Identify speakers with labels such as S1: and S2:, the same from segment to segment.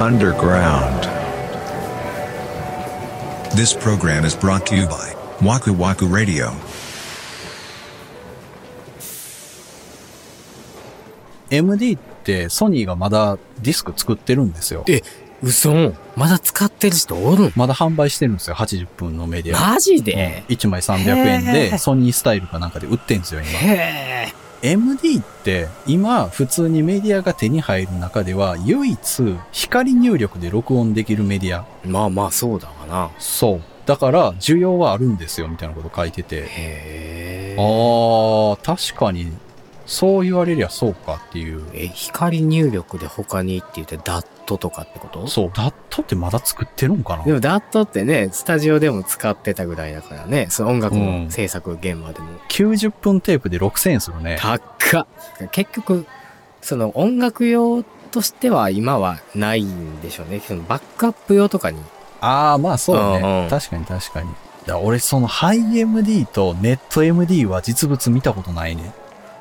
S1: Underground.
S2: This program is brought to you by Waku Waku Radio.
S3: MD ってソニーがまだディスク作ってるんですよ。
S4: え、嘘まだ使ってる人おるん
S3: まだ販売してるんですよ、80分のメディア。
S4: マジで
S3: 1枚300円
S4: へー
S3: で、ソニースタイルかなんかで売ってんですよ、今。
S4: へえ。
S3: MD って今普通にメディアが手に入る中では唯一光入力で録音できるメディア。
S4: まあまあそうだわな。
S3: そう。だから需要はあるんですよみたいなこと書いてて。
S4: へ
S3: あ
S4: え。
S3: ー、確かにそう言われりゃそうかっていう。
S4: え、光入力で他にって言ってダットとかってこと
S3: そう、ダットってまだ作ってるんかな
S4: でもダットってね、スタジオでも使ってたぐらいだからね、その音楽
S3: う
S4: の
S3: ん
S4: 制作現場でも。
S3: ?90 分テープで6000円するね。
S4: 高っ結局、その音楽用としては今はないんでしょうね。そのバックアップ用とかに。
S3: あー、まあそう
S4: うんう
S3: ね
S4: ん。
S3: 確かに確かに。だから俺そのハイ MD とネット MD は実物見たことないね。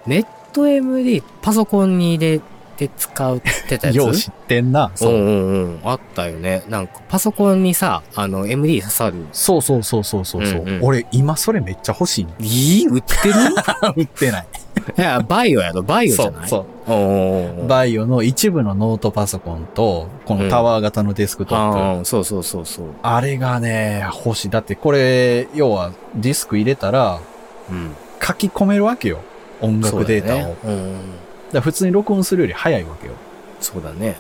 S4: ネット MD、パソコンに入れて使ってたやつ。
S3: よう知ってんな。
S4: うんうんうん。あったよね。なんか、パソコンにさ、あの、MD 刺さる。
S3: そうそうそうそうそうそう、
S4: うんうん
S3: 俺今それめっちゃ欲 しい
S4: いい売ってる
S3: 売ってない。
S4: いや、バイオやろ。バイオじ
S3: そ
S4: ゃ
S3: う
S4: ない。
S3: そう
S4: おー
S3: バイオの一部のノートパソコンと、このタワー型のデスクトップ。
S4: あーそうそうそうそう。
S3: あれがね、欲しい。だってこれ、要はディスク入れたら
S4: うん。
S3: 書き込めるわけよ。音楽データを。だ
S4: そうだね。うん。
S3: から普通に録音するより早いわけよ。
S4: そうだね。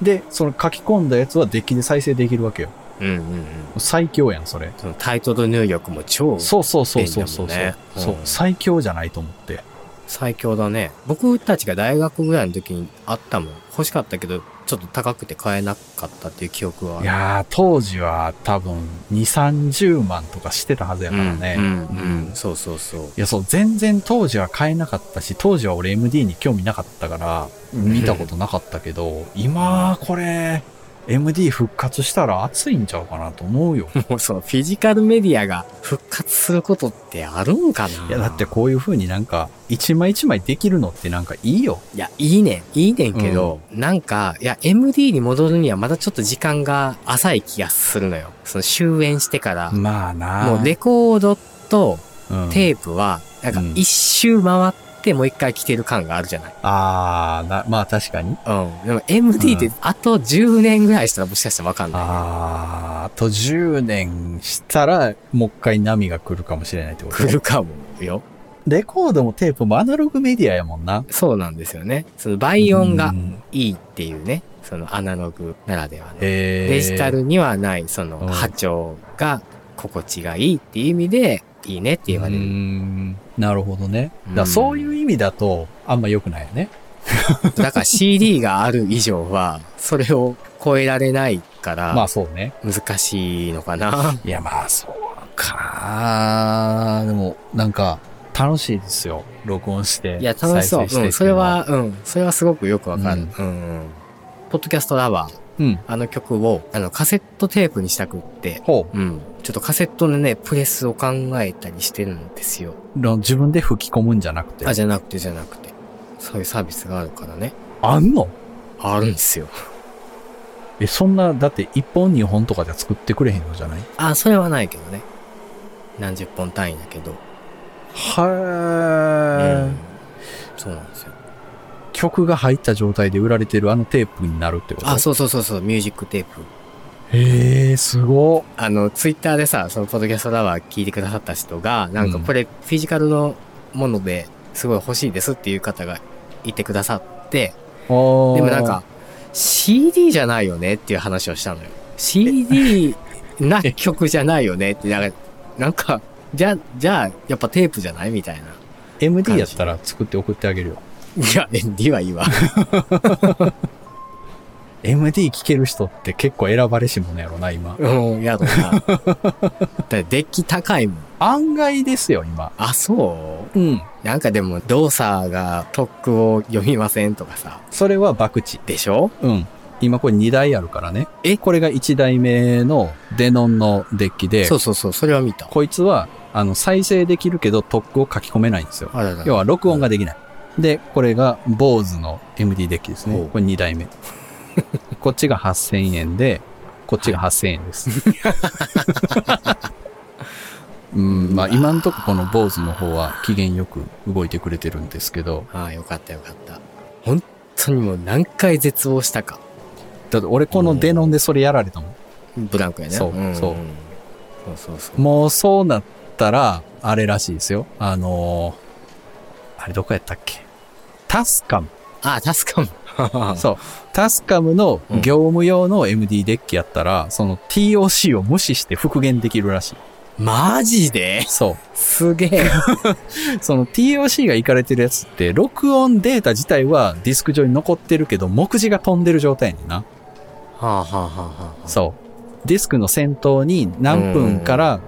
S3: で、その書き込んだやつはデッキで再生できるわけよ。
S4: うんうんうん。
S3: 最強やん、それ。
S4: そのタイトル入力も超
S3: そうそうそうそうそうそう、
S4: 便利だもんねうん
S3: そう。最強じゃないと思って。
S4: 最強だね。僕たちが大学ぐらいの時にあったもん。欲しかったけど、ちょっと高くて買えなかったっていう記憶は
S3: い
S4: ある。
S3: やー、当時は多分2、30万とかしてたはずや
S4: う
S3: から
S4: ん、
S3: ね。
S4: うん、うん、
S3: うん
S4: そうそうそう。
S3: いや、そう、全然当時は買えなかったし、当時は俺 MD に興味なかったから、見たことなかったけど、今、これ、MD 復活したら熱いんちゃうかなと思うよ。
S4: もうそのフィジカルメディアが復活することってあるんかない
S3: いや、だってこういう風になんか、一枚一枚できるのってなんかいいよ。
S4: いや、いいねん。いいねんけど、なんか、いや、MD に戻るにはまだちょっと時間が浅い気がするのよ。その終焉してから。
S3: まあな
S4: もうレコードと
S3: うん
S4: テープは、なんか
S3: うん
S4: 一周回ってもう一回来てる感があるじゃない。
S3: あーな、まあ確かに。
S4: うん。でも MD ってあと10年ぐらいしたらもしかしたらわかんない。
S3: あー、あと10年したら、もう一回波が来るかもしれないってこと
S4: 来るかもよ。
S3: レコードもテープもアナログメディアやもんな。
S4: そうなんですよね。その倍音
S3: う
S4: が
S3: ん
S4: いいっていうね。そのアナログならではの。
S3: へー
S4: デジタルにはないその
S3: うん
S4: 波長が心地がいいっていう意味でいいねって言われ
S3: うー
S4: る。
S3: んなるほどね。だか
S4: う
S3: ら
S4: ん
S3: そういう意味だと、あんま良くないよね。
S4: だから CD がある以上は、それを超えられない
S3: ま
S4: か
S3: あ
S4: ら、
S3: そうね。
S4: 難しいのか な。
S3: いやまあそうか。でも、なんか、楽しいですよ。録音して。
S4: いや、楽しそ
S3: 再生してっ
S4: う。
S3: ていうの
S4: ん、それ。は、うん、それはすごくよくわかる。うん、うん。ポッドキャストラバー、
S3: うん。
S4: あの曲を、あの、カセットテープにしたくって、
S3: ほう
S4: うん。ちょっとカセットのね、プレスを考えたりしてるんですよ。
S3: の。自分で吹き込むんじゃなくて。
S4: あ、じゃなくてじゃなくて。そういうサービスがあるからね。
S3: あんの
S4: あるんですよ。
S3: え、そんな、だって1本2本とかじゃ作ってくれへんのじゃない
S4: あ、それはないけどね。何十本単位だけど。
S3: は
S4: うんそうなんですよ。
S3: 曲が入った状態で売られてるあのテープになるってこと
S4: あ、そうそうそうそう、ミュージックテープ。
S3: へえ、すご
S4: あの、ツイッターでさ、そのポッドキャストラバー聞いてくださった人が、なんか
S3: うん
S4: これフィジカルのものですごい欲しいですっていう方がいてくださって、
S3: でも
S4: でもなん、か CD じゃないよねっていう話をしたのよ。CD な曲じゃないよねって、なんか、なんか、じゃ、じゃあ、やっぱテープじゃないみたいな。
S3: MD やったら作って送ってあげるよ。
S4: いや、MD はいいわ。
S3: MD 聴ける人って結構選ばれし者やろな、今。
S4: うん、やろな。だってデッキ高いもん。
S3: 案外ですよ、今。
S4: あ、そう
S3: うん。
S4: なんかでも、動作がトックを読みませんとかさ。
S3: それは博打。
S4: でしょ
S3: うん。今これ2台あるからね。
S4: え
S3: これが1台目のデノンのデッキで、
S4: そうそうそう、それは見た。
S3: こいつは、あの、再生できるけど、トックを書き込めないんですよ。
S4: あらら
S3: 要は録音ができない。で、これが BOSE の MD デッキですね
S4: ほう。
S3: これ2台目。こっちが8000円で、こっちが8000円です。うん、まあ今んとここの坊主の方は機嫌よく動いてくれてるんですけど、
S4: ああ、よかったよかった。本当にもう何回絶望したか。
S3: だって俺このデノンでそれやられたもん。
S4: ブランクやね。
S3: そうん
S4: ん
S3: そう
S4: そうそうそう。
S3: もうそうなったら、あれらしいですよ。あのーあれどこやったっけタスカム。
S4: ああ、助か も。
S3: そう。タスカムの業務用の MD デッキやったら、その TOC を無視して復元できるらしい。
S4: マジで
S3: そう。
S4: すげえ。
S3: その TOC がいかれてるやつって、録音データ自体はディスク上に残ってるけど、目次が飛んでる状態やねんな。
S4: はあはあはあはあ。
S3: そう。ディスクの先頭に何分から、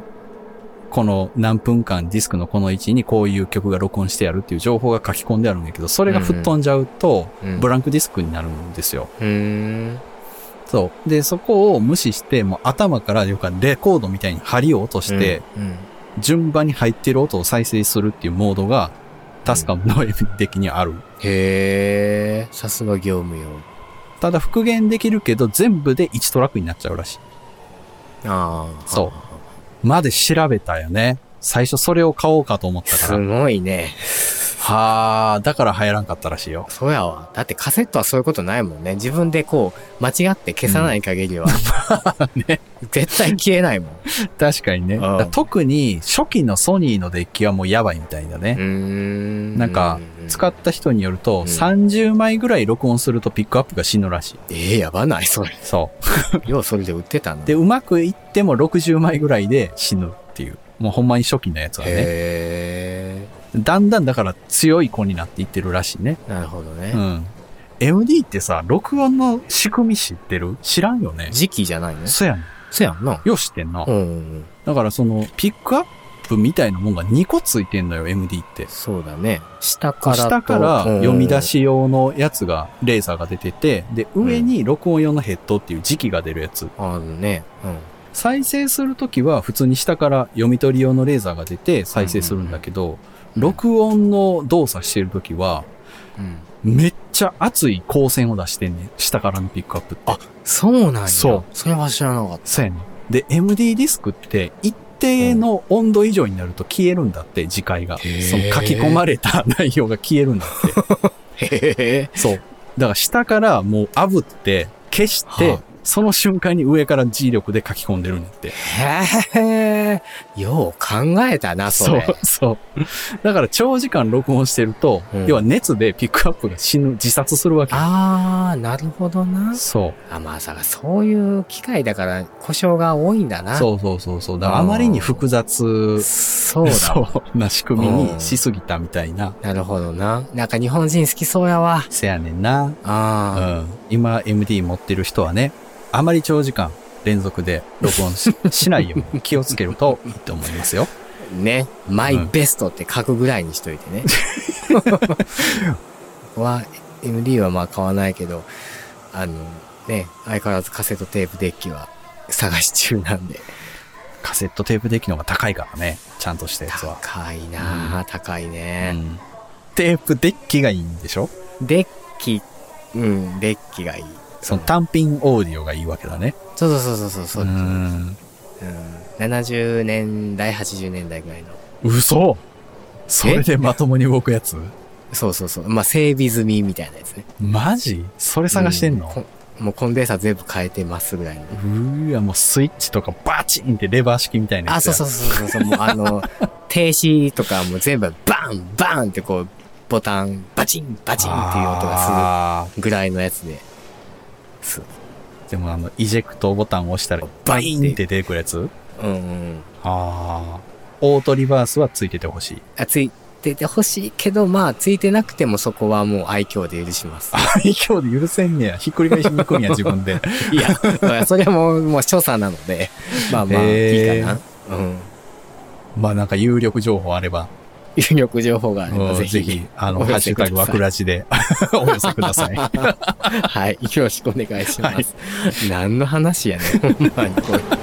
S3: この何分間ディスクのこの位置にこういう曲が録音してやるっていう情報が書き込んであるんやけど、それが吹っ飛んじゃうと
S4: うん、
S3: ブランクディスクになるんですよ。
S4: うーん。
S3: そう。で、そこを無視して、もう頭から、よくはレコードみたいに針を落として、
S4: うん、
S3: 順番に入ってる音を再生するっていうモードが、タスカムの MD 的にある。
S4: へえ、さすが業務用。
S3: ただ復元できるけど全部で1トラックになっちゃうらしい。
S4: ああ。
S3: そうまで調べたよね。最初それを買おうかと思ったか
S4: す
S3: ら。
S4: ごいね。
S3: はあ、だから流行らんかったらしいよ。
S4: そうやわ。だってカセットはそういうことないもんね。自分でこう、間違って消さない限り は。絶対消えないもん。う
S3: 確かにね。だから特に初期のソニーのデッキはもうやばいみたいだ
S4: ー
S3: ね。
S4: ん。
S3: なんか、使った人によると
S4: ん
S3: 30枚ぐらい録音するとピックアップが死ぬらしい。
S4: ええやばない、それ。
S3: そう。
S4: ようそれで売ってたな。
S3: で、うまくいっても60枚ぐらいで死ぬっていう。もうほんまに初期のやつはね。
S4: へ
S3: だんだんだから強い子になっていってるらしいね。
S4: え。なるほどね。
S3: うん。MD ってさ、録音の仕組み知ってる知らんよね。
S4: 時期じゃないの
S3: そやねん。
S4: そやんな。
S3: よう知ってんな。
S4: うんうんうん。
S3: だからその、ピックアップみたいなもんが2個ついてんのよ、MD って。
S4: そうだね。下からと。
S3: 下から
S4: うん
S3: 読み出。し用のやつが、レーザーが出てて、で、上に録音用のヘッドっていう時期が出るやつ。
S4: あるね。うん。
S3: 再生するときは普通に下から読み取り用のレーザーが出て再生するんだけど、
S4: うん
S3: 録音の動作してるときは、
S4: うん。
S3: めっちゃ熱い光線を出してんねん。下からのピックアップって。
S4: あそうなんや。
S3: そう。
S4: それは知らなかっ
S3: そうやねん。で、MD ディスクって一定の温度以上になると消えるんだって、次回が。そ
S4: へー。
S3: の書き込まれた内容が消えるんだった
S4: へえ。
S3: て。そう。だから下からもう炙って、消して、
S4: はい
S3: その瞬間に上から G 力で書き込んでるんだって。
S4: へえ。よう考えたな、それ。
S3: う、そう。だから長時間録音してると、
S4: うん
S3: 要は熱でピックアップが死ぬ、自殺するわけ。
S4: あー、なるほどな。
S3: そう。
S4: あ、まあさ、そういう機械だから故障が多いんだな。
S3: そうそうそうそう。だからあまりに複雑
S4: そうだわ。
S3: そうな仕組みにしすぎたみたいな。
S4: なるほどな。なんか日本人好きそうやわ。
S3: せやねんな。う
S4: あ
S3: ん、今 MD 持ってる人はね、あまり長時間連続で録音ししないよ うに気をつけるといいと思いますよ。
S4: あ、ね。マイベストって書くぐらいにしといてね。は、MD はまあ買わないけど、あの、ね、相変わらずカセットテープデッキは探し中なんで。
S3: カセットテープデッキの方が高いからね、ちゃんとしたやつは。
S4: 高いなあ、高いうね、
S3: ん、テープデッキがいいんでしょ
S4: デッキ、うん、デッキがいい。
S3: その単品オーディオがいいわけだね。
S4: そうそうそうそうそう。
S3: う
S4: うんん、70年代、80年代ぐらいの。
S3: 嘘それでまともに動くやつ
S4: そうそうそう。まあ、整備済みみたいなやつね。
S3: マジそれ探してん
S4: う
S3: の、
S4: こもうコンデンサー全部変えてますぐらいの。
S3: うーわ、もうスイッチとかバチンってレバー式みたいなや
S4: あ、
S3: つや。
S4: そうそうそうそうそう。もうあ の、停止とかもう全部バンバンってこう、ボタン、バチンバチンっていう音が
S3: あ
S4: するぐらいのやつで。そう。
S3: ーでもあの、イジェクトボタンを押したら、バ
S4: バ
S3: イ
S4: イ
S3: ンっ
S4: ンってて
S3: 出てくるやつ
S4: うんうん。
S3: ああ。オートリバースはついててほしい。
S4: あついててほしいけど、まあ、ついてなくてもそこはもう愛嬌で許します。
S3: 愛嬌で許せんねや。ひっくり返しに行く んや、自分で。
S4: いや、それも、もう所作なの で、まあまあ、
S3: へー
S4: いいかな。うん。
S3: まあなんか有力情報あれば、
S4: 入力情報があれば、
S3: ぜ
S4: ぜ
S3: ひ、
S4: ひ。
S3: あの、
S4: お
S3: ハッ
S4: 寄
S3: シ
S4: せ
S3: ュ
S4: くだ
S3: タ
S4: さい
S3: グわくらじで お寄せください。
S4: はい。よろしくお願いします。何の話やねん、ほんまにこれ。